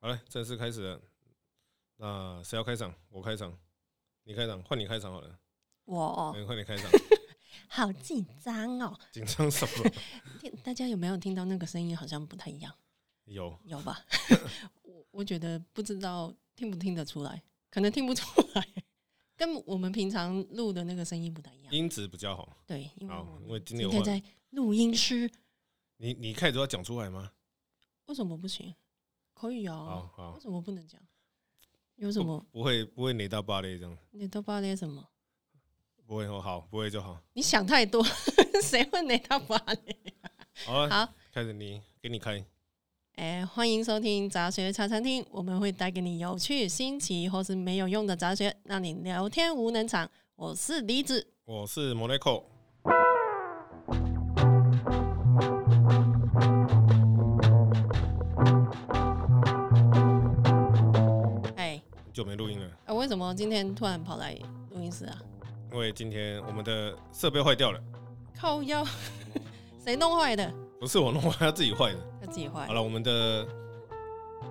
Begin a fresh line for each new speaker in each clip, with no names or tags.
好了，正式开始了。那谁要开场？我开场，你开场，换你开场好了。
我哦
嗯，换你开场。
好紧张哦！
紧张什么？
听大家有没有听到那个声音？好像不太一样，
有
有 吧？我我觉得不知道听不听得出来，可能听不出来，跟我们平常录的那个声音不太一样。
音质比较好。
对，因为
好
我，们
因为今天
今
有
天
换
在录音师，
你，你开始都要讲出来吗？
为什么不行？可以
好
啊，
好
为，什么不能讲？有什么？
不会不会雷到芭蕾这样，
你都不知道那些什么？
不会哦，好，不会就好。
你想太多， 谁会拿到芭蕾？
好了，
好，
开始你给你开。
哎，欢迎收听杂学茶餐厅，我们会带给你有趣、新奇或是没有用的杂学，让你聊天无能场。我是李子，
我是 Monaco，
哎，
很久没录音了，
啊，为什么今天突然跑来录音室啊？
因为今天我们的设备坏掉了，
靠腰， 谁弄坏的？
不是我弄 坏，他自己坏的。
他自己坏
好。了，我们的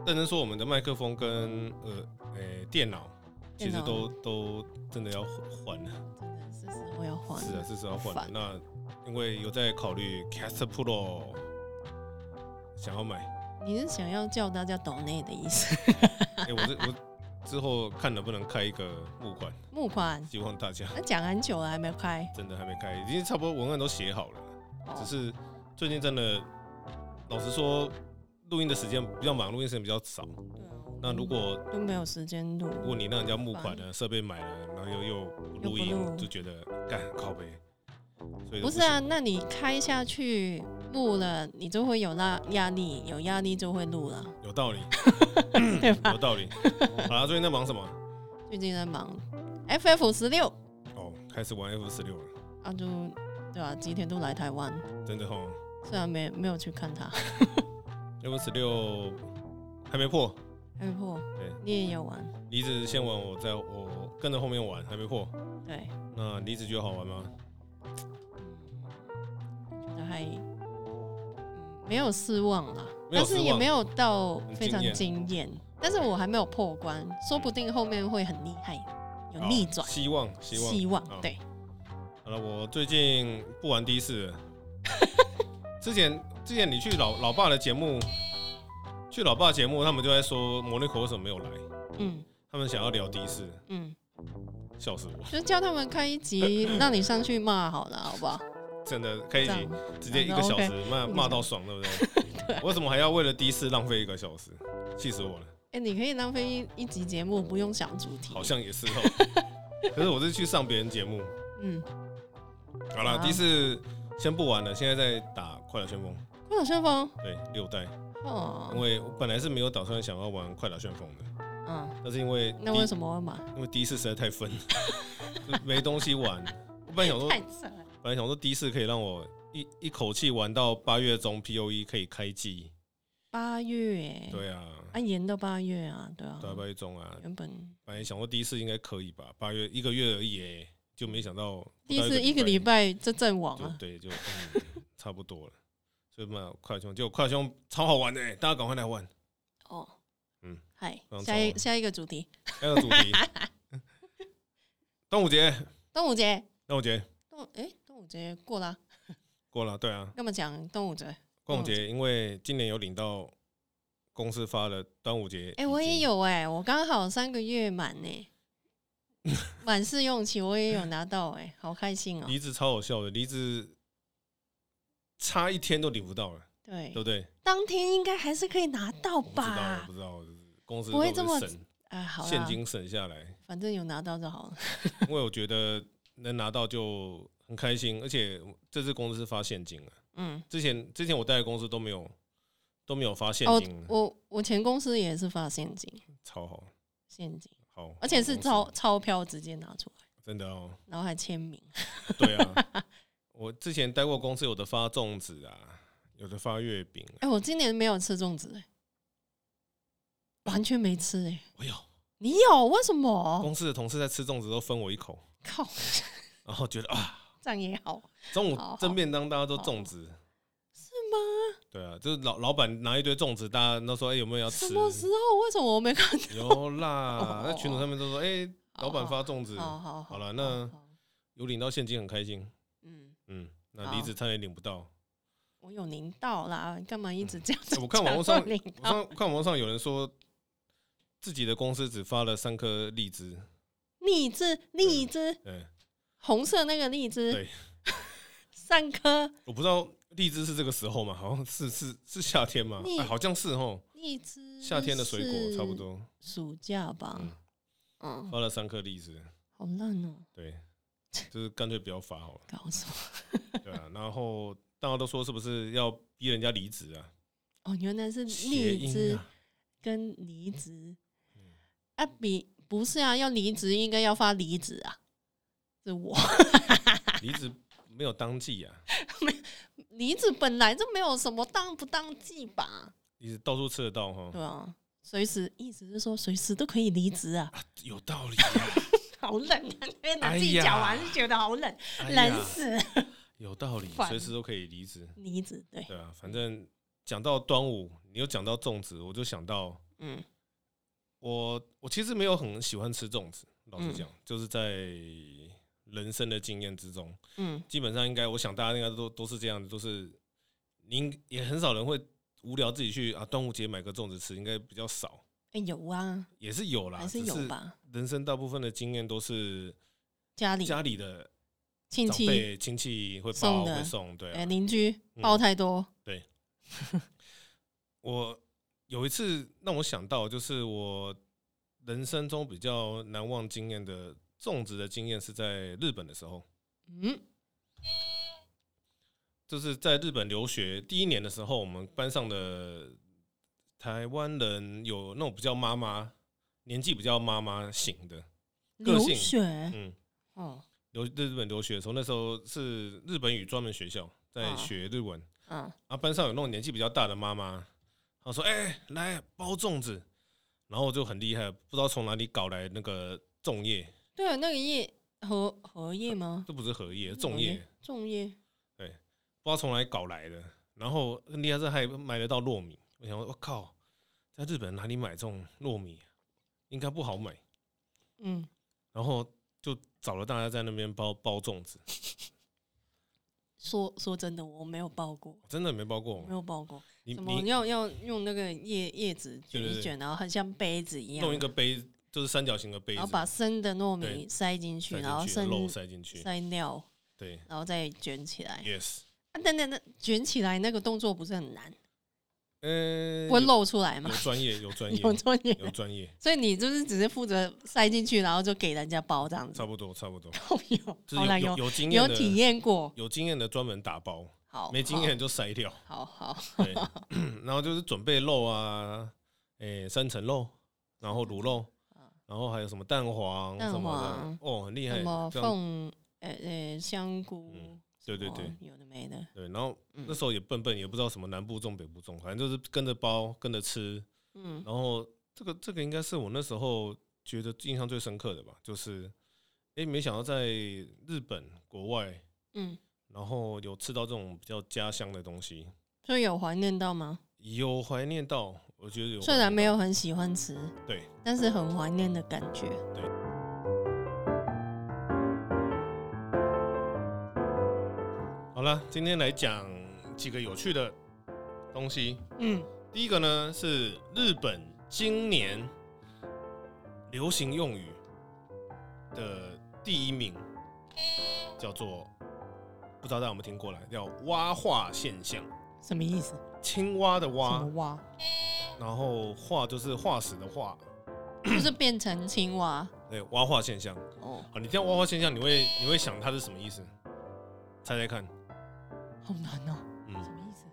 认真说，我们的麦克风跟呃诶、电脑其实
电脑
都都真的要换了，
真的是时候要换
是啊，
了。
是是要换了。
烦
那因为有在考虑 Cast Pro，想要 买，
你是想要叫大家抖内的意思？
哎、我这我之后看能不能开一个募款，
募款？
希望大家
那讲很久了还没开，
真的还没开，已经差不多文案都写好了，只
哦，
是最近真的老实说，录音的时间比较忙，录音时间比较少。那如果
都没有时间录。
如果你让人家募款了，设备买了，然后又又不录
又不
音，
录
就觉得干靠呗。所以就
不是啊，那你开下去录了，你就会有那压力，有压力就会 录了，
行，有道 理，
对吧
有？道理。好啦，最近在忙什么？
最近在忙 FF 十六
哦，开始玩 F 十六了，
啊，就对吧、吉田都来台湾，
真的哦
虽然没没有去看他
f 十六还没破，
，FF
对
哎你也有玩，
梨子先玩，我在我跟着后面玩，还没破。
对，
那梨子觉得好玩吗？
觉得还、嗯、没有失望啦，
没有
但
失望
是也没有到
很
非常
惊艳
惊艳，但是我还没有破关，说不定后面会很厉害，有
好
逆转，
希望，哦希望，哦
希望
好
对，
好了，我最近不玩的士 了。之前之前你去老老爸的节目，去老爸节目，他们就在说摩洛哥为什么没有来，
嗯
他们想要聊的士，
嗯。
笑死我！
就叫他们开一集，让你上去骂好了，好不好？
真的可
这
以
样，
直接一个
好的
小
，OK
时骂骂到爽，对不 对？为什么还要为了的士浪费一个小时？气死我了！
哎、你可以浪费一一集节目，不用想主题。
好像也是 哦。可是我是去上别人节目。
嗯，
好了，
好
的士先不玩了，现在在打快打旋风，
快打旋风，
对六代，因
哦，
为我本来是没有打算想要玩快打旋风的，
嗯，
但是因为
那
的
为什么会买？
因为的士实在太分， 就没东西玩。我本来想说，
太扯了，
本来想说的士可以让我一一口气玩到八月中 P O E 可以开机。
八月，
对啊，
啊，延到八月啊，对啊，
对啊，八月中啊，
原本
本来想说的士应该可以吧，八月一个月而已耶，就没想到不
第
到
一次一个礼拜就阵亡
就
啊，
对，就、嗯差不多了。所以嘛，快凶就快凶超好玩的耶，大家赶快来玩。
哦，
嗯，
嗨
非常，
下一
糟
下一个主题，
还有主题， 端午节，
端午节，
端午节
端哎、端午节过啦，
过了，对啊，
那么讲端午节，哎、
端午节因为今年有领到公司发的端午节，
我也，有哎、我刚好三个月满呢、 满试用期我也有拿到 哎、好开心哦、
离职超好笑的，离职差一天都领不到了，
对
对，不对？
当天应该还是可以拿到
我不知道，我
吧
不？知道，公司
不会
都
这
是
么
省
哎，好
现
啦，
金省下来，
反正有拿到就好了。
因为我觉得能拿到就很开心，而且这次公司是发现金了。
嗯，
之前之前我待的公司都没有都没有发现
哦
金，，
我我前公司也是发现金，
超好，
现金，
好，
而且是
哦公司
钞钞票直接拿出来，
真的哦，
然后还签名。
对啊， 我之前待过公司，有的发粽子啊，有的发月饼、啊，
哎，我今年没有吃粽子、哎，完全没吃哎、
哎呦，
你有？为什么？
公司的同事在吃粽子都分我一口，
靠，
然后觉得啊，
这样也好
中
好
午
好
蒸便当大家都粽子，
是吗？
对啊，就是老老板拿一堆粽子，大家都说哎、有没有要
什
吃？
么时候？为什么我没看到？
有啦，在群组上面都说哎、老板发粽子，
好好
好了那
好
有领到现金很开心。
嗯，
嗯，那离职差点领不到。
我有领到啦，干嘛一直这样
哎
子讲？
我看网络上
领
我
到，
上看网上有人说，自己的公司只发了三颗荔枝，哎
荔枝，荔枝，
对，
红色那个荔枝
嗯对，
三颗
我不知道荔枝是这个时候嘛，好像是是是夏天嘛，
你
哎好像是哦，
荔枝，
夏天的水果差不，多，
暑假吧，嗯，
发了三颗荔枝，
好烂哦，
对，就是干脆不要发好了，
搞什么？
对啊，然后大家都说是不是要逼人家离职啊？
哦，原来是
谐
荔
音
枝
啊，嗯
跟离职，啊，比不是啊，要离职应该要发离职啊，是我
离职没有当季啊，
离职本来就没有什么当不当季吧，
离职到处吃得到哈
对，啊，随时意思是说随时都可以离职啊，
有道理啊，
好冷啊，那边的
哎
自己
呀
讲完就觉得好冷，
哎呀
冷死，
有道理，
烦
随时都可以离职。
离职对，
对啊，反正讲到端午，你又讲到粽子，我就想到
嗯
我，我其实没有很喜欢吃粽子，老实
嗯
讲，就是在人生的经验之中，
嗯
基本上应该，我想大家应该都都是这样的，都是您也很少人会无聊自己去啊端午节买个粽子吃，应该比较少，
哎、有啊，
也是有啦，
还是
只
有吧，
人生大部分的经验都是
家里
家里的
亲
长
戚
辈亲戚会包
送的
会送，对、啊
哎，邻、居包太多，
我有一次让我想到，就是我人生中比较难忘经验的种植的经验是在日本的时候，
嗯
就是在日本留学第一年的时候，我们班上的台湾人有那种比较妈妈，年纪比较妈妈型的，个
流
性
血
嗯，
哦，
留日本留学的时候，那时候是日本语专门学校，在
嗯
学日文，
嗯
啊，班上有那种年纪比较大的妈妈，她说：“哎、来包粽子。”然后我就很厉害，不知道从哪里搞来那个粽叶，
对，啊那个叶荷荷叶吗？
这不是荷叶，
荷
粽叶，
粽叶，
不知道从哪里搞来的。然后很厉害是还买得到糯米，我想说我靠，在日本哪里买这种糯米、应该不好买。
嗯，
然后就找了大家在那边包包粽子，
说说真的，我没有包过，
真的没包过
没。有包过，
哦你
嗯什么
你
要要用那个叶叶子
对
卷
对
一
对
卷，然后很像杯子一样，
弄一个杯，就是三角形的杯子
然后，把生的糯米
对
塞进去，
塞
然后
进去，肉
剩
塞进去，
塞料，
对
然后再卷起来。
，yes，
啊，等等，那卷起来那个动作不是很难，
嗯，
不会露出来吗
有？专业，有专业，
有作业，
有专业，
所以你就是只是负责塞进去，然后就给人家包这样子
差。不多，差不多，
有，
就是
好啦，
有
有
有有经
有
验
体
的，
验过，
有经验的专门打包，
好，
没经验就筛掉。
好，好好，
对， 然后就是准备肉啊，诶，三层肉，然后卤肉，然后还有什么蛋黄
蛋
什么
黄
的，哦，很厉害
什么，
这样
凤呃呃香菇，
嗯对对
什么
对，
有的没的，
对。然后
嗯
那时候也笨笨，也不知道什么南部种北部种，反正就是跟着包，跟着吃。
嗯
然后这个这个应该是我那时候觉得印象最深刻的吧，就是诶，没想到在日本国外。
嗯，
然后有吃到这种比较家乡的东西，
所以有怀念到吗？
有怀念到，我觉得有怀念到。
虽然没有很喜欢吃，
对，
但是很怀念的感觉。
对。好了，今天来讲几个有趣的东西。
嗯，
第一个呢是日本今年流行用语的第一名，叫做不知道大家有没有听过来，叫蛙化现象。
什么意思？
青蛙的
什
蛙
么，蛙？
然后化就是化石的化，
就是变成青蛙
对，蛙化现象。
哦，
好，你听到蛙化现象，你会你会想它是什么意思？猜猜看，
好难哦，什
嗯，
么意思？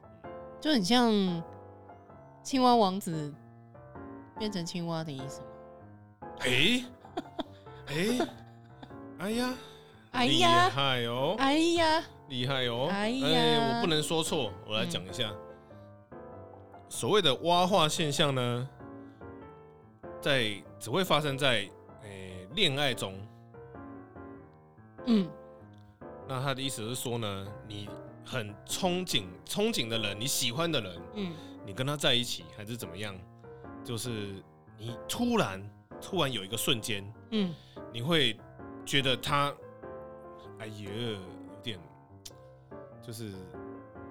就很像青蛙王子变成青蛙的意思吗？
诶，诶，哎呀，
哎
厉
呀
害哦，
哎呀，
厉害哦，
哎呀
我不能说错，我来
嗯
讲一下，所谓的蛙化现象呢，在只会发生在诶恋爱中。
嗯
那他的意思是说呢，你很憧憬憧憬的人，你喜欢的人，
嗯，
你跟他在一起还是怎么样，就是你突然突然有一个瞬间，
嗯，
你会觉得他，哎呀，有点就是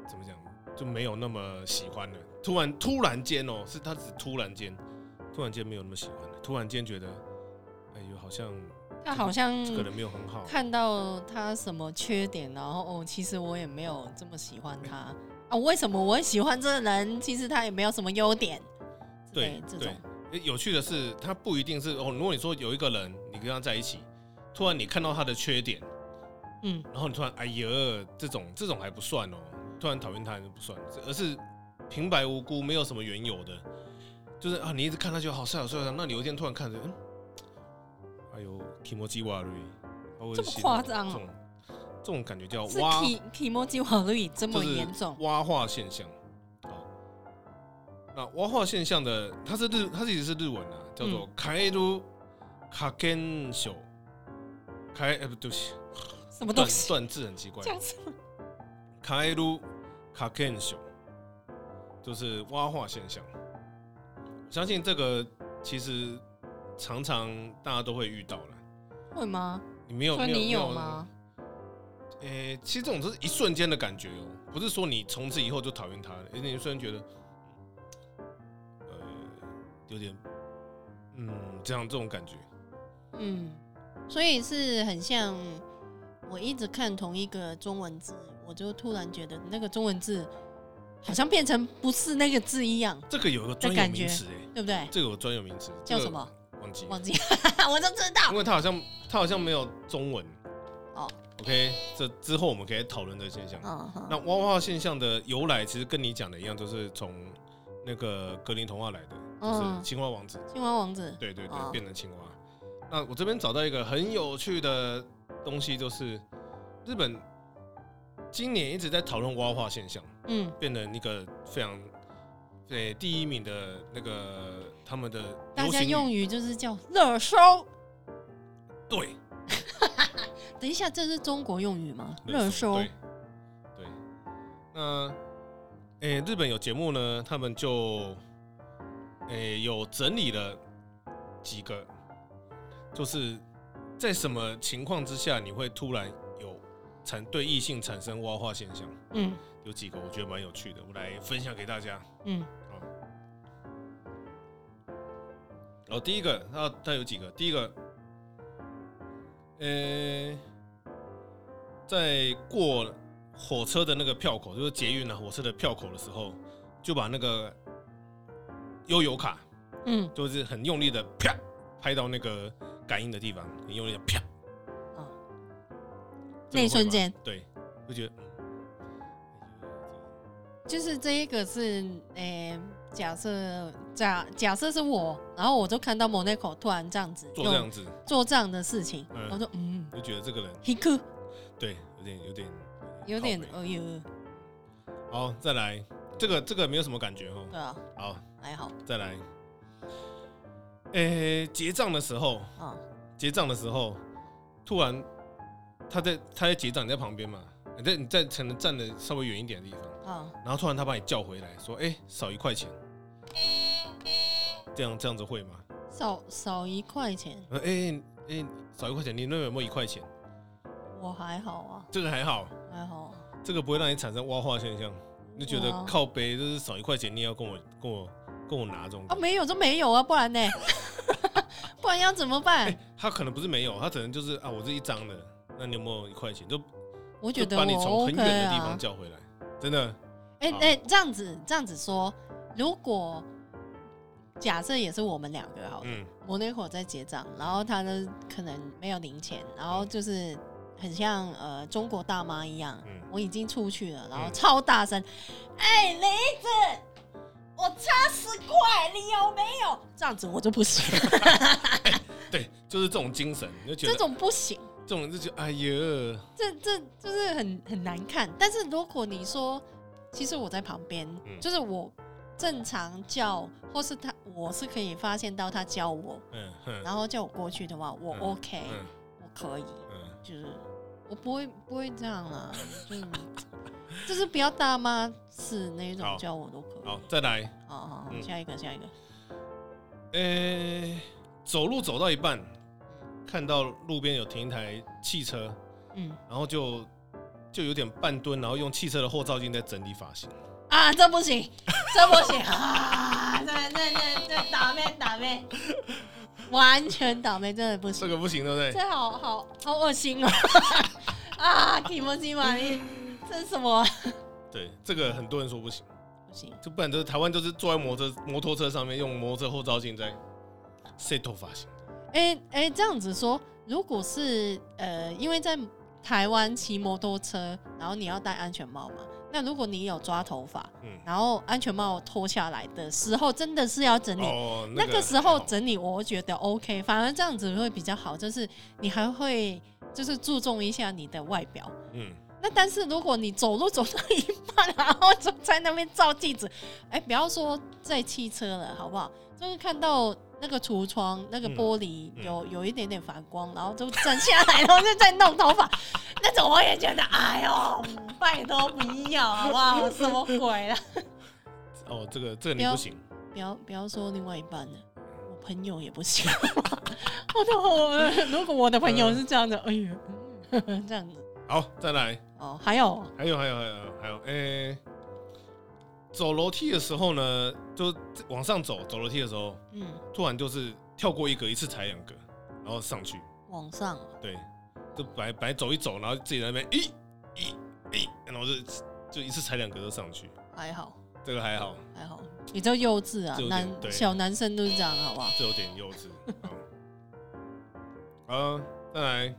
怎么讲，就没有那么喜欢了。突然突然间哦、是他只突然间，突然间没有那么喜欢了，突然间觉得，哎呦，好像
他好像
这个人没有很好。
看到他什么缺点，然后哦，其实我也没有这么喜欢他啊，为什么我会喜欢这个人？其实他也没有什么优点，之类
对
这
对
种，
哎有趣的是，他不一定是哦。如果你说有一个人，你跟他在一起，突然你看到他的缺点，
嗯
然后你突然哎呀，这种这种还不算哦，突然讨厌他就不算，而是平白无故没有什么缘由的，就是啊，你一直看他觉得好帅好帅好帅，那你有一天突然看着，嗯，哎呦，提莫基瓦瑞，好恶心
这么夸张哦
这种这种感觉叫
是
挖
体体莫基瓦率这么
就是
严重，
蛙化现象。好，那蛙化现象的，它是日，它其实是日文啊，叫
嗯
做开鲁卡根秀。开，呃，不对不起，
什么东
断
西？
断字很奇怪
这。样子
开鲁卡根秀，就是蛙化现象。我相信这个其实常常大家都会遇到了。
会吗？
你没有？
说
没
你
没
有吗？
诶、其实这种就是一瞬间的感觉哦、不是说你从此以后就讨厌他了，而且你瞬间觉得，呃，有点，嗯，这样这种感觉，
嗯，所以是很像我一直看同一个中文字，我就突然觉得那个中文字好像变成不是那个字一样，
这个有一个专
这
有
感觉
名词哎、
对不对？
这个有专有名词
叫什？么？
这个忘记了，
忘记， 我就知道
因。为它好像它好像没有中文
哦
，OK，这之后我们可以讨论这个现象。
嗯哼，
那蛙化现象的由来，其实跟你讲的一样，就是从那个格林童话来的，就是
嗯
青蛙王子。
青蛙王子，
对对对，
哦
变成青蛙。那我这边找到一个很有趣的东西，就是日本今年一直在讨论蛙化现象，
嗯
变成一个非常对第一名的那个他们的
大
流
家
行语
用语就是叫热搜。
对
等一下，这是中国用语吗？热搜，
对对。那诶、日本有节目呢，他们就诶、有整理了几个，就是在什么情况之下你会突然有产对异性产生蛙化现象，
嗯
有几个我觉得蛮有趣的，我来分享给大家。
嗯
哦，第一个，它它有几个？第一个，呃、在过火车的那个票口，就是捷运啊火车的票口的时候，就把那个悠游卡，
嗯，
就是很用力的啪拍到那个感应的地方，很用力的啪。
哦
这个会吗
那一瞬间，
对，就觉得，
就是这一个是，诶、假设假假设是我，然后我就看到某内口突然这样子
做这样子，
用做这样的事情，
嗯
我说嗯，
就觉得这个人
一个
对，有点有点
有点
靠北
哎呦，
好，再来，这个这个没有什么感觉哦。
对啊，
好，
还好
再来，诶、结账的时候，
啊，
结账的时候，突然他在他在结账，你在旁边嘛，你在你在可能站的稍微远一点的地方，
啊，
然后突然他把你叫回来，说，哎、少一块钱，这样这样子会吗？
少少一块钱，
哎哎、诶诶少一块钱，你那边有没有一块钱？
我还好啊，
这个还好，
还好啊、
这个不会让你产生蛙化现象，你就觉
哇
得靠背就是少一块钱，你也要跟我跟我跟我拿这种
啊，
感觉。
没有就没有啊，不然呢？ 不然要怎么办？
哎他可能不是没有，他可能就是啊，我这一张的，那你有没有一块钱？就
我觉
就
得
把你
我
从很
OK
远的地方
啊。
叫回来，真的。
哎
好
哎，这样子这样子说，如果假设也是我们两个好了，
嗯，
摩内口在结账，然后他呢可能没有零钱，然后就是很像呃中国大妈一样，
嗯
我已经出去了，然后
嗯
超大声，哎、梨子，我差十块，你有没有？这样子我就不行，
对，就是这种精神，你就觉
这
得
种不行。
这种人就觉得哎呀，
这这就是很很难看。但是如果你说，其实我在旁边，
嗯
就是我正常叫，或是他，我是可以发现到他叫我，
嗯哼，
然后叫我过去的话，我
嗯
OK，、
嗯
我可以，
嗯，
就是我不会不会这样啦，就是就是不要大妈式那一
好
种教我都可以。
好，再来，
好好好，
嗯
下一个，下一个。
呃、走路走到一半，看到路边有停一台汽车，
嗯
然后就就有点半蹲，然后用汽车的后照镜在整理发型。
啊，这不行，这不行啊！这这这这打妹打妹，完全倒霉，真的不
这
行，
个不行，对不对？
这好好好恶心哦！ 啊，提莫基玛丽，这是什么啊？
对，这个很多人说不行，
不行，
就不然就是台湾就是坐在摩托摩托车上面用摩托车后照镜在 set 头发型。
哎、哎、这样子说，如果是呃，因为在台湾骑摩托车，然后你要戴安全帽嘛，那如果你有抓头发，
嗯，
然后安全帽脱下来的时候，真的是要整理
哦，
那
个
个时候
还好
整理我觉得 OK，反而这样子会比较好，就是你还会就是注重一下你的外表。
嗯，
那但是如果你走路走到一半，然后就在那边照镜子，哎、不要说在汽车了，好不好？就是看到那个橱窗那个玻璃
嗯嗯
有、有一点点反光，然后就站下来，然后就在弄头发，那种我也觉得，哎呦，拜托不要，好不好？什么鬼啦？
哦，这个这个
不
你
要
不行，
不要不要说另外一半了，我朋友也不行。 我的我 如果我的朋友是这样的，哎呀， 嗯这样子
好，再来，
哦，还有
还有还有还有还有，诶、走楼梯的时候呢，就往上走，走楼梯的时候，
嗯，
突然就是跳过一格，一次踩两格，然后上去，
往上
对，就本来本来走一走，然后自己在那边咦咦咦，然后就就一次踩两格就上去，
还好
这个还好，
还好，比较幼稚啊
这，有点
男
对
小男生都是这样，好不好？
这有点幼稚。好，好，再来，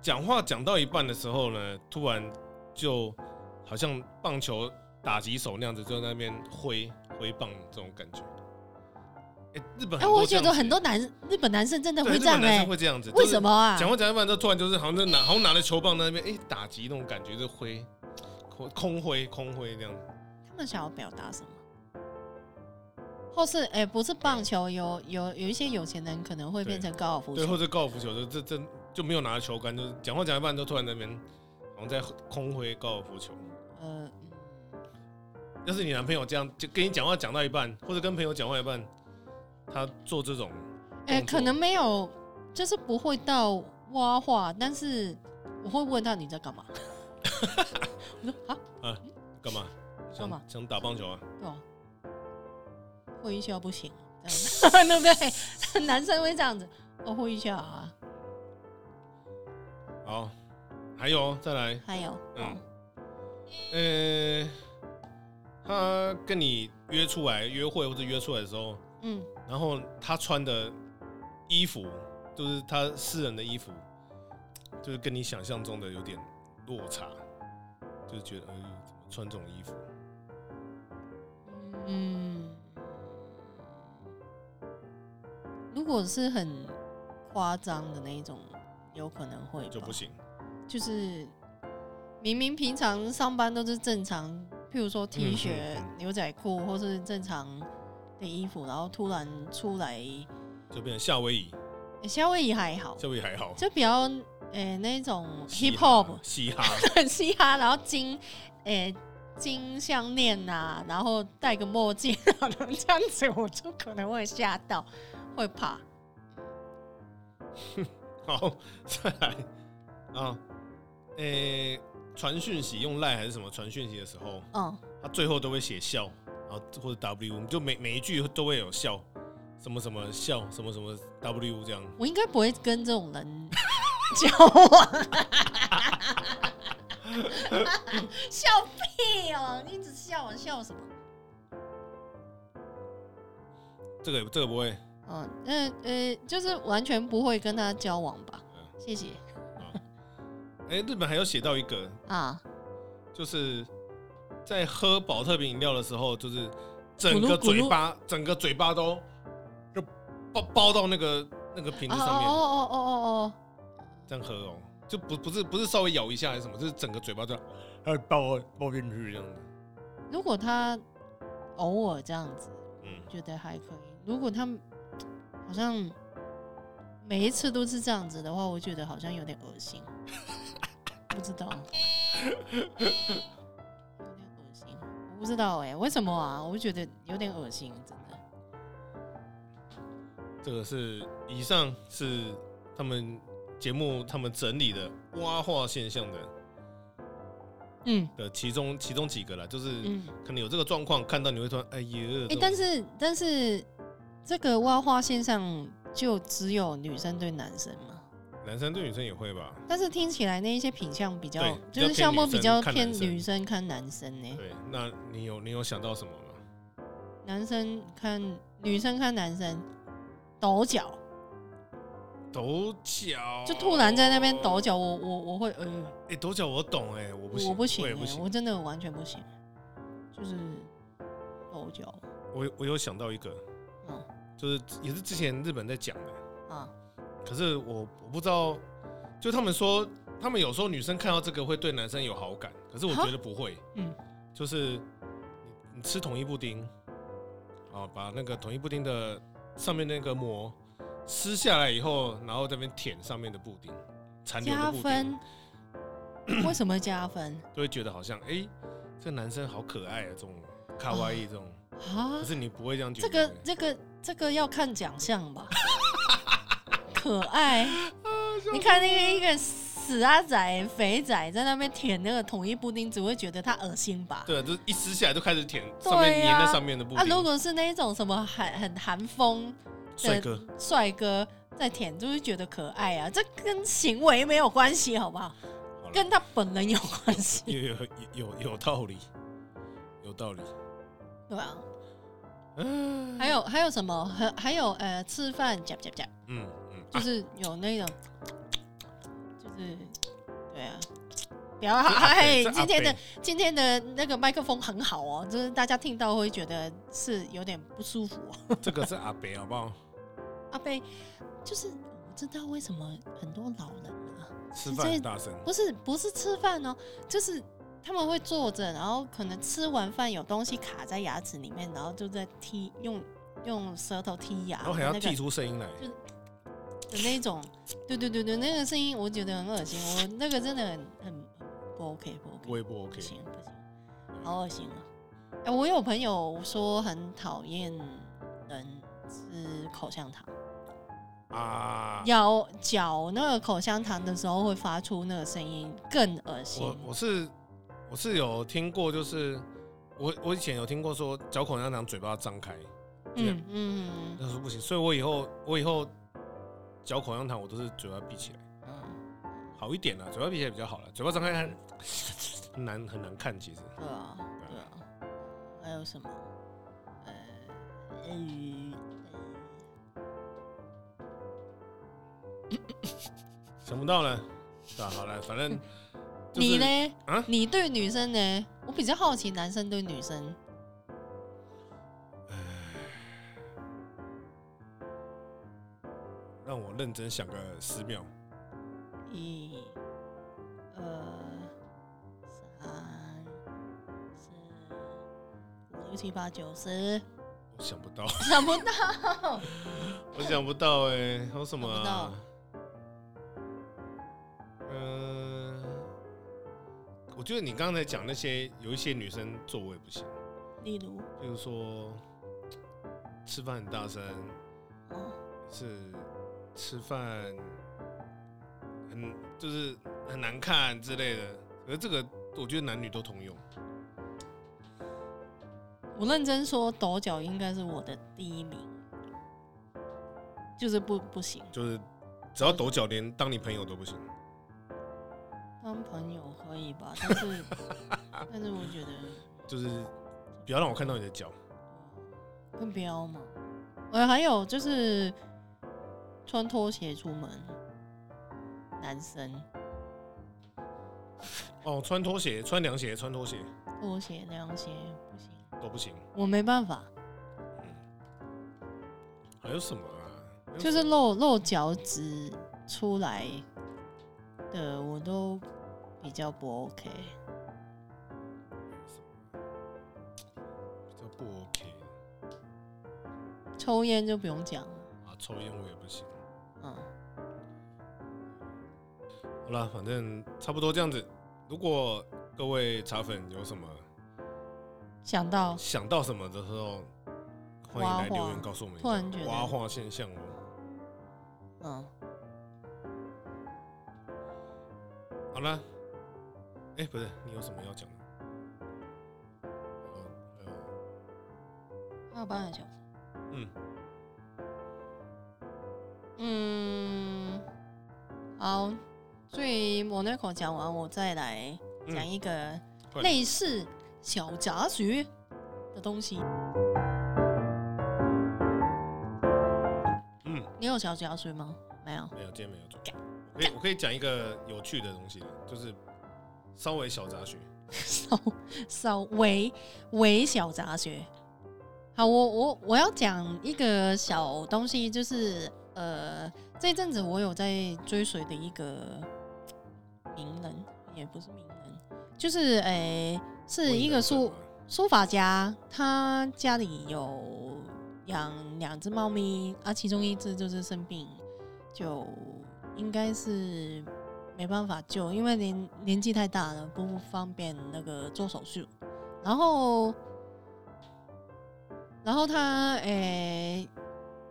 讲话讲到一半的时候呢，突然就好像棒球打击手那样子，就在那边挥挥棒这种感觉。哎、日本
哎、
很多
我
这
觉
样
得
子
很多男日本男生真的
对
会
日
这
本
样
男
哎、
生会这样子，
为什么啊？
讲话讲到一半，就突然就是好像就拿好像拿了球棒在那边，哎、打击那种感觉，就挥空空挥空挥这样子。
他们想要表达什么？或是哎、不是棒球，有有有一些有钱人可能会
对
变成高尔夫
对，
球
或者高尔夫球就这这就没有拿着球杆，就是讲话讲一半就突然在那边好像在空挥高尔夫球。
呃，嗯
要是你男朋友这样就跟你讲话讲到一半，或者跟朋友讲话一半，他做这种
哎、
动作
可能没有，就是不会到挖话，但是我会问他你在干嘛。 我说啊，
干嘛？
干嘛
想想打棒球啊？
对吧？会一下不行，这样 对不对？男生会这样子，我会一下啊。
好，还有哦再来，
还有，
嗯
嗯，
呃，他跟你约出来约会或者约出来的时候，
嗯，
然后他穿的衣服就是他私人的衣服，就是跟你想象中的有点落差，就是觉得，哎、怎么穿这种衣服？
嗯，如果是很夸张的那一种，有可能会
就不
吧
行。
就是明明平常上班都是正常，譬如说 T 恤、
嗯嗯
牛仔裤或是正常的衣服，然后突然出来，欸
就变成夏威夷，
夏威夷还好，
夏威夷还好。
就比较诶、欸那种
哦嘻
hip
哈
hop
嘻哈，
很嘻哈，然后金诶、欸金项链呐，然后戴个墨镜，然后这样子我就可能会吓到，会怕。
好， 再来啊，诶、哎传讯息用赖还是什么传讯息的时候，
嗯，
他最后都会写笑，然后或者 W，就每每一句都会有笑，什么什么笑，什么什么 W 这样。
我应该不会跟这 种人交往。 笑屁哦！你一直笑我笑什么？
这个这个不会，
嗯，呃呃，就是完全不会跟他交往吧
嗯。
谢谢
哎、日本还有写到一个，
啊，
就是在喝保特瓶饮料的时候，就是整个
咕噜咕噜
嘴巴，整个嘴巴都就包包到那个那个瓶
哦
子
哦
上面，
哦哦哦
这样喝哦、就不不是不是稍微咬一下还是什么，就是整个嘴巴这样，呃包包进去这样子。
哦，如果他偶尔这样子，
嗯，
觉得还可以。如果他嗯好像 每一次都是这样子的话，我觉得好像有点恶心。不知道，有点恶心，我不知道哎、为什么啊？我就觉得有点恶心，真的。
这个是以上是他们节目他们整理的蛙化现象的
嗯
的其中其中几个啦，就是
嗯，
可能有这个状况，看到你会突然哎呀，这
哎、
种
但是但是这个挖花线上就只有女生对男生嘛？
男生对女生也会吧？
但是听起来那一些品相比较
对，比较
就是
偏
项目
女
比
生
较
看
偏
男生
女生看男生呢、
对，那你有你有想到什么吗？
男生看女生看男生抖脚，
抖脚，
就突然在那边抖，脚，我我我会呃，
哎、抖脚我懂哎、我不行，
我不行,、
我也
欸、
不行，
我真的完全不行，就是抖脚，
我我有想到一个，
嗯
就是也是之前日本在讲的，
啊，
可是我我不知道，就他们说，他们有时候女生看到这个会对男生有好感，可是我觉得不会。
嗯，
就是你你吃同一布丁，啊，把那个同一布丁的上面那个膜撕下来以后，然后这边舔上面的布丁，残留的
加
布
分
丁，，
为什么加分
就会觉得好像哎、诶这男生好可爱啊，这种卡哇伊这种。
啊
可？是你不会这样觉
这
得。
个这个这个要看奖 项吧，可爱。
啊
你看那个一个死阿仔、肥仔在那边舔那个统一布丁，只会觉得他恶心吧？
对，就是一撕下来就开始舔
对
上面粘
啊
在上面的布
啊，如
丁。
果是呃那一种什么韩很韩风
帅哥，
帅哥在舔，就会觉得可爱啊。这跟行为没有关系，好不好？
好了
跟他本人有关 系，
有有有有有道理，有道理。啊
对吧？
嗯
还有还有什么？还还有呃，吃饭夹夹夹，
嗯嗯，
就
啊
是有那种，就是对啊，不要嗨！
这阿北这阿
今天的
北
今天的那个麦克风很好哦，就是大家听到会觉得是有点不舒服、哦。
这个是阿北好不好？
阿贝，就是我不知道为什么很多老人啊，
吃饭很大声，
不是不是吃饭哦，就是他们会坐着，然后可能吃完饭有东西卡在牙齿里面，然后就在踢用用舌头踢牙，
然后还要
啊那个
剔出声音来。
的那一种，对对对对，那个声音我觉得很恶心，我那个真的很很不 OK 不 OK，
我也不 OK
不。行不行，好恶心啊！哎、我有朋友说很讨厌人吃口香糖，
啊！
咬嚼那个口香糖的时候会发出那个声音，更恶心
我。我是我是有听过，就是我我以前有听过说嚼口香糖嘴巴张开，
嗯嗯
那时候不行，所以我以后我以后嚼口香糖我都是嘴巴闭起来，
嗯，
好一点了，嘴巴闭起来比较好了，嘴巴张开很很难很难看其实。
对啊对啊，还有什么？呃，嗯，
想不到呢，是吧？好了，反正、就是、
你？呢？
啊
你对女生呢？我比较好奇男生对女生。
让我认真想个十秒。
一、二、呃三、四、五、六、七、八、九、十，
我想不到，
想不到。
我想不到哎、还有什么、啊
想不？
嗯、我觉得你刚才讲那些，有一些女生做我也不行，
例如，
比如说吃饭很大声，
哦，
是吃饭很就是很难看之类的。可是这个我觉得男女都通用。
我认真说，抖脚应该是我的第一名，就是不不行，
就是只要抖脚，连当你朋友都不行。
当朋友可以吧，但是 但是我觉得
就是不要让我看到你的脚。
更不要嘛。呃，还有就是穿拖鞋出门，男生。
哦，穿拖鞋、穿凉鞋、穿拖鞋
拖鞋、凉鞋不行，
都不行。
我没办法，
还有什么啊？
就是露露脚趾出来的，我都比较不 OK。
比较不 OK
抽烟就不用讲了，
啊，抽烟我也不行。
嗯，
好啦，反正差不多这样子。如果各位茶粉有什么
想到
想到什么的时候，欢迎来留言告诉我们一
突然觉
下。蛙
得，
化现象哦。
嗯，
好了，哎、不是，你有什么要讲的？哦呃还有还有
还有半个小时。
嗯，
嗯，好，所以我那口讲完，我再来
嗯
讲一个
快点
类似小杂学的东西。
嗯，
你有小杂学吗？没有。
没有，今天没有做。我可以我可以讲一个有趣的东西了，就是稍微小杂学。
稍稍微微小杂学。好，我我我要讲一个小东西，就是呃，这阵子我有在追随的一个名人，也不是名人，就是诶、是一个
问
书
你的
书法家，他家里有养两只猫咪啊，其中一只就是生病，就应该是没办法救，因为年年纪太大了，不方便那个做手术。然后，呃然后他诶、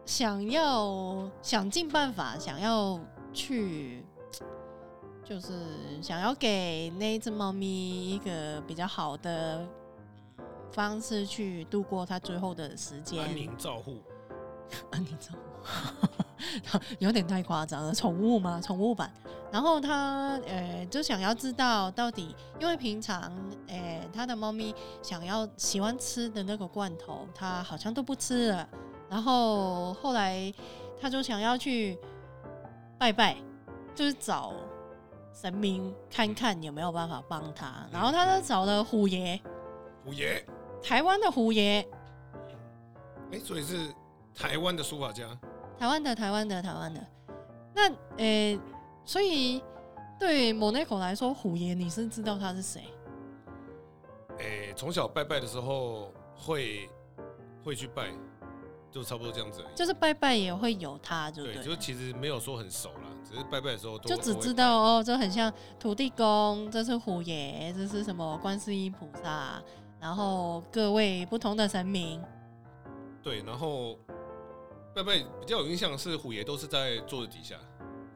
想要想尽办法，想要去，就是想要给那一只猫咪一个比较好的方式去度过它最后的时
什么
间。
安宁照护，
安宁照顾， 有点太夸张了。宠物吗？宠物版。然后他呃，就想要知道到底，因为平常呃，他的猫咪想要喜欢吃的那个罐头，它好像都不吃了。然后后来他就想要去拜拜，就是找神明看看有没有办法帮他。然后他就找了虎爷，
虎爷，
台湾的虎爷，
哎、所以是台湾的书法家，
台湾的，台湾的，台湾的。那呃、所以对莫奈口来说，虎爷你是知道他是谁？
哎、从小拜拜的时候会会去拜，就差不多这样子而已。
就是拜拜也会有他，对不
对，
对？
就其实没有说很熟啦，只是拜拜的时候都
就只
都会
知道哦，这很像土地公，这是虎爷，这是什么观世音菩萨，然后各位不同的神明，
对，然后拜拜比较有印象的是虎爷都是在桌子底下，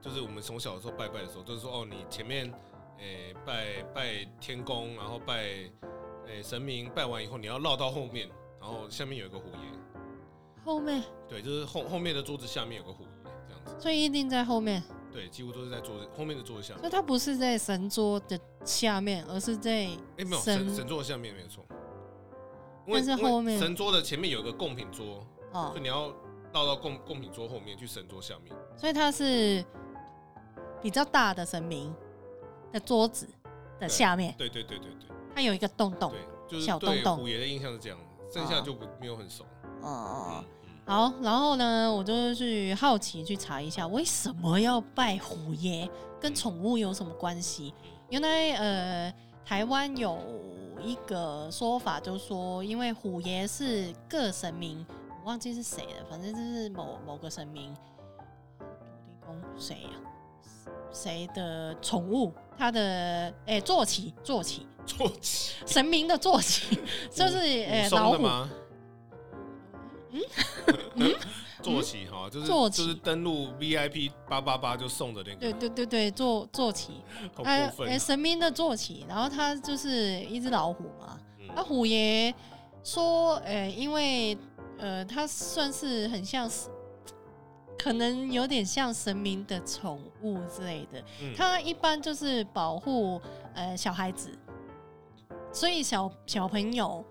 就是我们从小的时候拜拜的时候，就是说哦，你前面诶、拜拜天公，然后拜诶、神明，拜完以后你要绕到后面，然后下面有一个虎爷，
后面
对，就是后后面的桌子下面有个虎爷这样子，
所以一定在后面，
对，几乎都是在桌子后面的桌子下
所以
面，
他不是在神桌的下面，而是在
哎、没有神神桌的下面没有错，因为
但是
因为
后面
神桌的前面有个贡品桌，
哦
所以，你要绕到贡贡品桌后面去神桌下面，
所以它是比较大的神明的桌子的下面，
对对对对对。
它有一个洞洞。
对，就是
小洞
对
洞啊
虎爷的印象是这样，剩下就不没有很熟。
哦哦
嗯
哦。，好，然后呢，我就去好奇去查一下，为什么要拜虎爷，跟宠物有什么关系？原来呃，台湾有一个说法，就是说，因为虎爷是各神明，我忘记是谁了，反正就是某某个神明，土地公谁呀、谁的宠物，他的哎、坐骑，坐骑，
坐骑
神明的坐骑，就是哎、
武松嗯
老
的
虎，嗯
吗？ 坐骑哈，就是
坐骑
就是登录 VIP 八八八就送的那
对
个，
对对对，坐坐骑，
好
哎
过分啊
哎，。神明的坐骑，然后它就是一只老虎嘛。
嗯
那虎爷说，呃，因为呃，它算是很像是，可能有点像神明的宠物之类的。
嗯
它一般就是保护呃小孩子，所以小小朋友，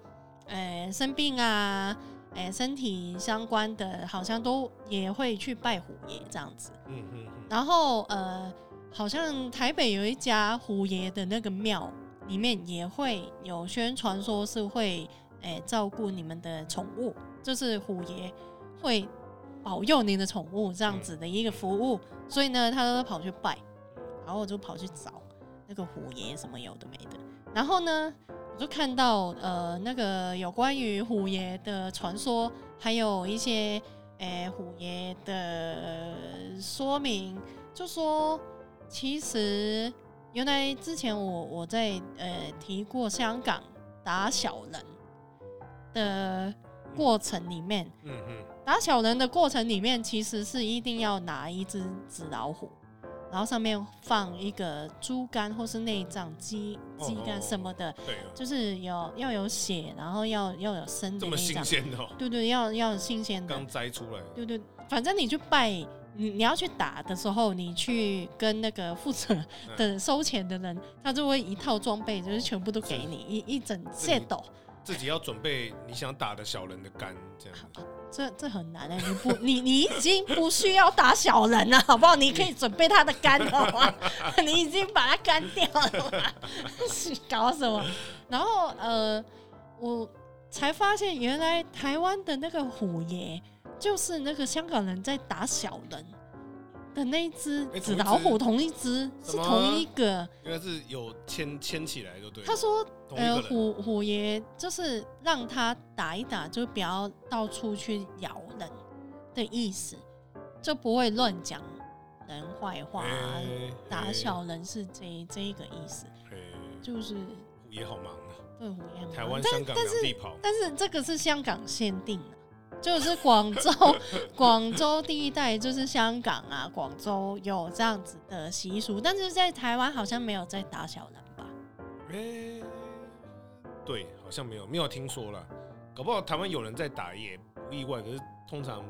呃，生病啊，呃，身体相关的，好像都也会去拜虎爷这样子。
嗯嗯
然后呃，好像台北有一家虎爷的那个庙，里面也会有宣传说是会诶、照顾你们的宠物，就是虎爷会保佑您的宠物这样子的一个服务，所以呢，他都跑去拜，然后我就跑去找那个虎爷什么有的没的，然后呢。我就看到呃那个有关于虎爷的传说，还有一些诶、虎爷的说明，就说其实原来之前我我在呃提过香港打小人的过程里面，
嗯嗯，
打小人的过程里面，其实是一定要拿一只纸老虎，然后上面放一个猪肝或是内脏、鸡
哦
鸡
哦
肝什么的，
对了，
就是有要有血，然后要要有生
这
的
么
内
新
脏，
鲜的哦，
对对，要要新鲜 的
刚，摘出来的，
对对，反正你去拜。你你要去打的时候，你去跟那个负责
嗯
的收钱的人，他就会一套装备，就是全部都给你一一整
是你
set 哦。
自己要准备你想打的小人的肝，这样子。
这这很难哎、你不你你已经不需要打小人了，好不好？你可以准备他的肝了吗？ 你已经把他干掉了嘛，是搞什么？然后呃，我才发现原来台湾的那个虎爷就是那个香港人在打小人的那一只
哎
纸
同一
老虎，
只
同一只是
什么
同一个。
应该是有牵牵起来就对了。
他说
同一
呃，
个人，啊
虎虎爷就是让他打一打，就不要到处去咬人的意思，就不会乱讲人坏话、啊。
哎
打小人是这这一个意思，
哎哎
就是
虎爷好忙啊，
对虎爷很
台
忙
湾、
但
香港两地跑，
但是这个是香港限定的、就是广 州广州地带，就是香港啊，广州有这样子的习俗，但是在台湾好像没有在打小人吧？
哎，对，好像没有没有听说了，搞不好台湾有人在打也不意外，可是通常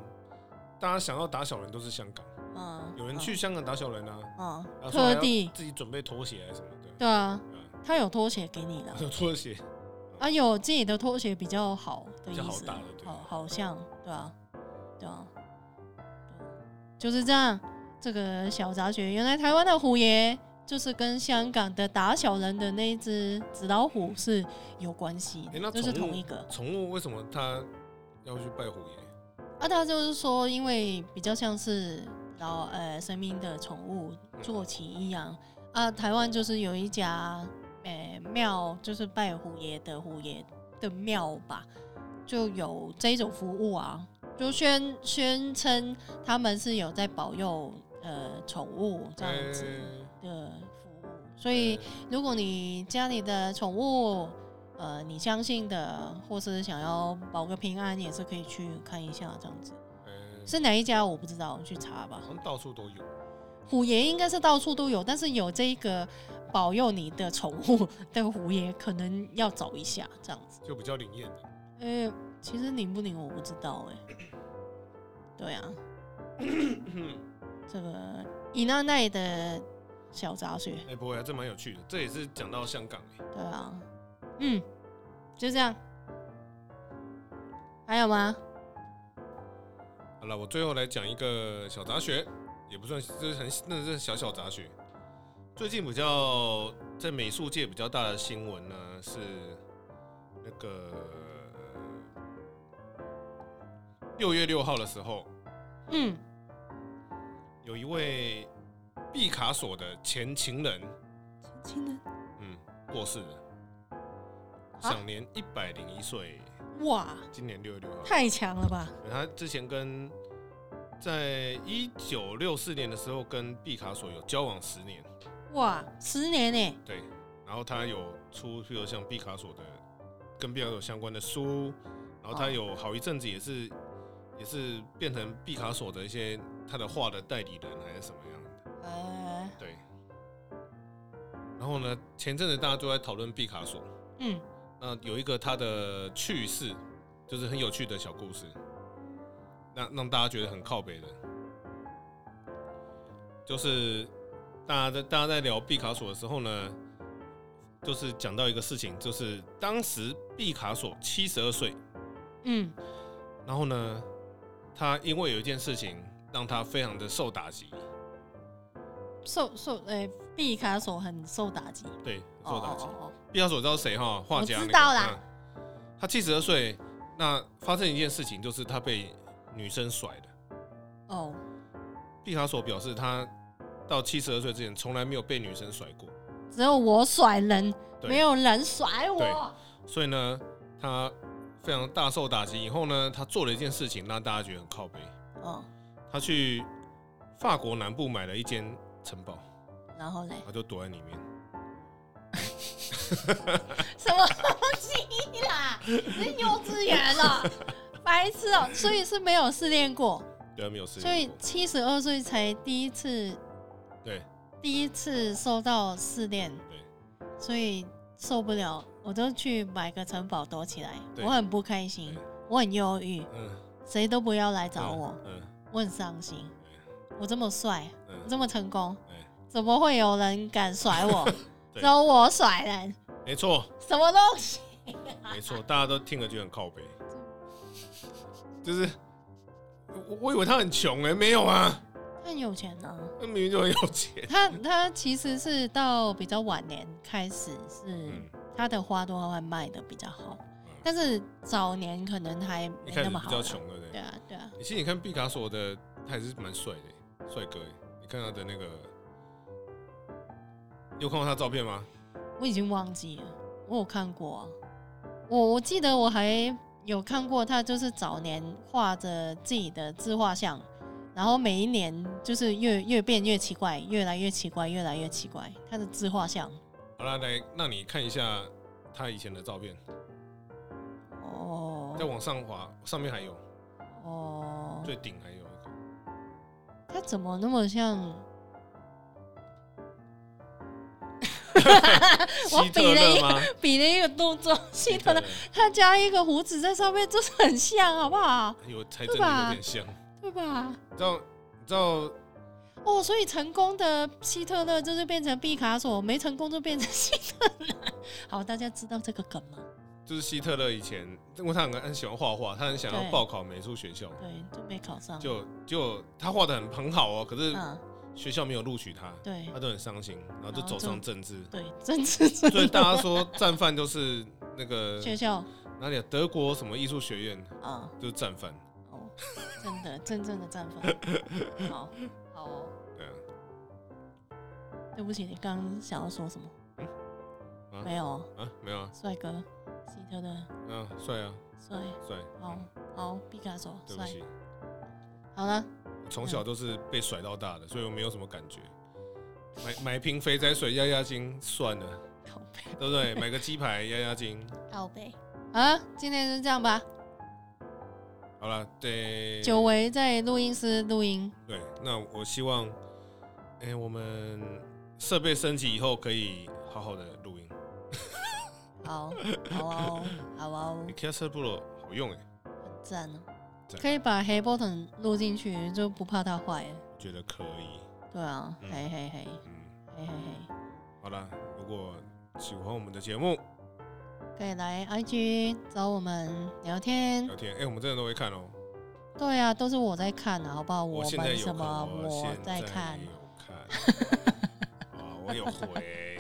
大家想要打小人都是香港，
嗯，
有人
嗯
去香港打小人啊，
嗯，
啊说还
特
要
地
自己准备拖鞋啊什么的，
对啊，
嗯
他有拖鞋给你了，
有拖鞋，
啊，有自己的拖鞋比较好的
比
意
较好
思
打
啊
的，对
好好像对啊，对啊，对就是这样。这个小杂学，原来台湾的虎爷就是跟香港的打小人的那一只纸老虎是有关系
诶那
的，就是
宠物
同一个。
宠物为什么它要去拜虎爷？
啊，他就是说，因为比较像是老呃生命的宠物坐骑一样啊，台湾就是有一家呃庙，就是拜虎爷的虎爷的庙吧，就有这种服务啊，就宣宣称他们是有在保佑呃宠物这样子的服务，所
哎
以。
哎
如果你家里的宠物，呃，你相信的，或是想要保个平安，也是可以去看一下这样子。
哎
是哪一家我不知道，去查吧
好。像到处都有。
虎爷应该是到处都有，但是有这一个保佑你的宠物 的虎爷，可能要找一下这样子。
就比较灵验的。
呃、其实灵不灵我不知道哎、对啊，这个伊娜奈的小杂学，
哎、不会啊，这蛮有趣的，这也是讲到香港、欸，
对啊，嗯，就这样。还有吗？
好了，我最后来讲一个小杂学，也不算，就是很那是小小杂学。最近比较在美术界比较大的新闻呢，是那个呃六月六号的时候，
嗯，
有一位毕卡索的前情人，
亲人
嗯，过世了，享年一百零一岁，
哇，
今年六月六号。
太强了吧！
他之前跟在一九六四年的时候跟毕卡索有交往十年，
哇，十年呢、
对，然后他有出，比如像毕卡索的跟毕卡索相关的书，然后他
哦
有好一阵子也是也是变成毕卡索的一些他的画的代理人还是什么样的，
呃，
对。然后呢，前阵子大家都在讨论毕卡索，
嗯，
那有一个他的趣事，就是很有趣的小故事，那让大家觉得很靠北的，就是大家在大家在聊毕卡索的时候呢，就是讲到一个事情，就是当时毕卡索七十二岁，
嗯，
然后呢，他因为有一件事情让他非常的受打击，
受受，呃，毕卡索很受打击，
对，受打击。
哦
毕卡索知道谁哈？画家、那个
我知道啦。
嗯他七十二岁，那发生一件事情，就是他被女生甩了。
哦哦，
毕卡索表示，他到七十二岁之前从来没有被女生甩过，
只有我甩人，
对
没有人甩我，
对所以呢，他非常大受打击。以后呢，他做了一件事情，让大家觉得很靠背。
哦，
他去法国南部买了一间城堡，
然后嘞，
他就躲在里面，
什么东西啦？你幼稚园了，白痴哦、所以是没有试恋过，
对啊，没有试
所以
验过。
七十二岁才第一次
对，
第一次收到试恋，
对
所以受不了，我都去买个城堡躲起来，
对
我很不开心
对，
我很忧郁，
嗯，
谁都不要来找我，
嗯，
我很伤心。我这么帅，
嗯
我
嗯，
这么成功
对，
怎么会有人敢甩我？
对
只有我甩人，
没错，
什么东西？
没错，大家都听了就很 靠背，就是我我以为他很穷哎、没有啊，
他很有钱啊，
他明明就很有钱。
他他其实是到比较晚年开始是
嗯，
他的花都会卖的比较好，但是早年可能还
一
没
开
那
始
么
比
好
较
啦。
穷，对不对？
对啊，对啊，
其实你看毕卡索的，他还是蛮帅的欸，帅哥欸。你看他的那个，你有看过他的照片吗？
我已经忘记了，我有看过、啊，我我记得我还有看过他，就是早年画着自己的自画像，然后每一年就是越越变越奇怪，越来越奇怪，越来越奇怪，他的自画像。
好啦，来让你看一下他以前的照片，再
哦
往上滑，上面还有
哦，
最顶还有一个，
他怎么那么像？ 我
希
比
特
了一
勒吗？
比了一个动作， 希特勒
勒，
他加一个胡子在上面，就是很像，好不好？
有才哎真
对
的
吧
有点像。
对吧？
你知道，你知道，
哦，所以成功的希特勒就是变成毕卡索，没成功就变成希特勒。好，大家知道这个梗吗？
就是希特勒以前，因为他很很喜欢画画，他很想要
对
报考美术学校，
对，就没考上。
就就他画的很很好哦，可是呃
嗯，
学校没有录取他，
对
他都很伤心，然后就
然后
走
就
上政治。
对，真是 真
所以大家说战犯就是那 个
学校
哪里啊？德国什么艺术学院
啊、
就是战犯，
哦，真的真正的战犯。好，好、哦，
对啊，
对不起，你刚刚想要说什么？
啊
没有，
啊没有啊，
帅哥，希特勒，
嗯、帅啊
帅，
帅，
好好，毕卡索，
对不
帅，
起，
好了，
我从小都是被甩到大的，所以我没有什么感觉。买买瓶肥仔水压压惊算了，
靠背，
对不对？买个鸡排压压惊，
靠背。啊，今天就这样吧。
好了，对，
久违在录音室录音，
对，那我希望，哎、我们设备升级以后可以好好的录音。
好，好哦，好哦
你，Cast Pro 好用哎、
很赞哦。
赞
可以把黑 button 录进去，就不怕它坏了。
我觉得可以，
对啊，
嗯
嘿嘿嘿，
嗯。
嘿嘿嘿，
好啦，如果喜欢我们的节目
可以来 IG 找我们聊天
聊。天，
嗯
哎、我们真的都会看哦、
对啊，都是我在看的，好不好？
我现在
们
有
什
看
么
哦，
我
现
在
在
看
有，看， 啊，我有 回，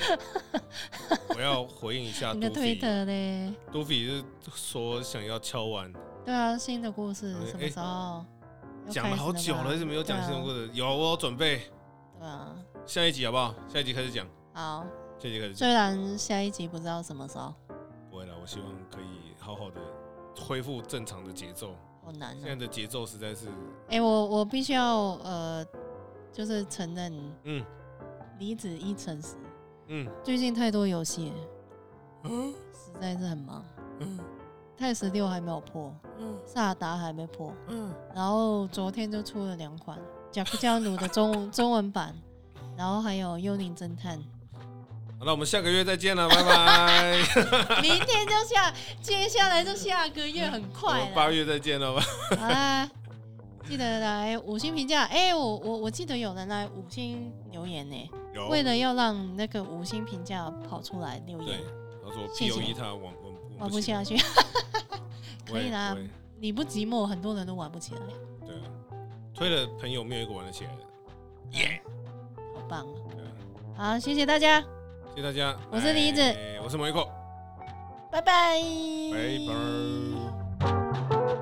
我要回应一下杜
你的推
比，
特嘞？
杜比是说想要敲完，
对啊，新的故事
哎
什么时候？要
讲了好久
开
了，一
始
直没有讲
对啊
新闻故事，有我有准备，
对啊，
下一集好不好？下一集开始讲，
好，
下一集开始讲，
虽然下一集不知道什么时候，
不会了，我希望可以好好的恢复正常的节奏，
好难
现在。
哦
的节奏实在是，
哎、我我必须要呃，就是承认
嗯
离职一成时，
嗯
最近太多游戏了，
嗯
实在是很忙。
嗯
泰十六还没有破，
嗯
萨达还没破，
嗯。
然后昨天就出了两款《贾克加努》的中中文版，然后还有《幽灵侦探》，
好那我们下个月再见 了，拜拜。
明天就下，接下来就下个月，很
我
快
们八
了。
月再见了， 拜拜。
好啦，记得来五星评价。哎、我我我记得有人来五星留言呢、
有
为了要让那个五星评价跑出来留
对
言，，
他说
谢
P
谢
O E 他玩玩
玩哦不下去，
去
可以啦
对
你不寂寞，很多人都玩不起来，
对啊，推了朋友没有一个玩得起来的。
好棒啊！
对啊，
好，谢谢大家，
谢谢大家，
我是梨子
哎我是毛一蔻，
拜拜，
拜拜。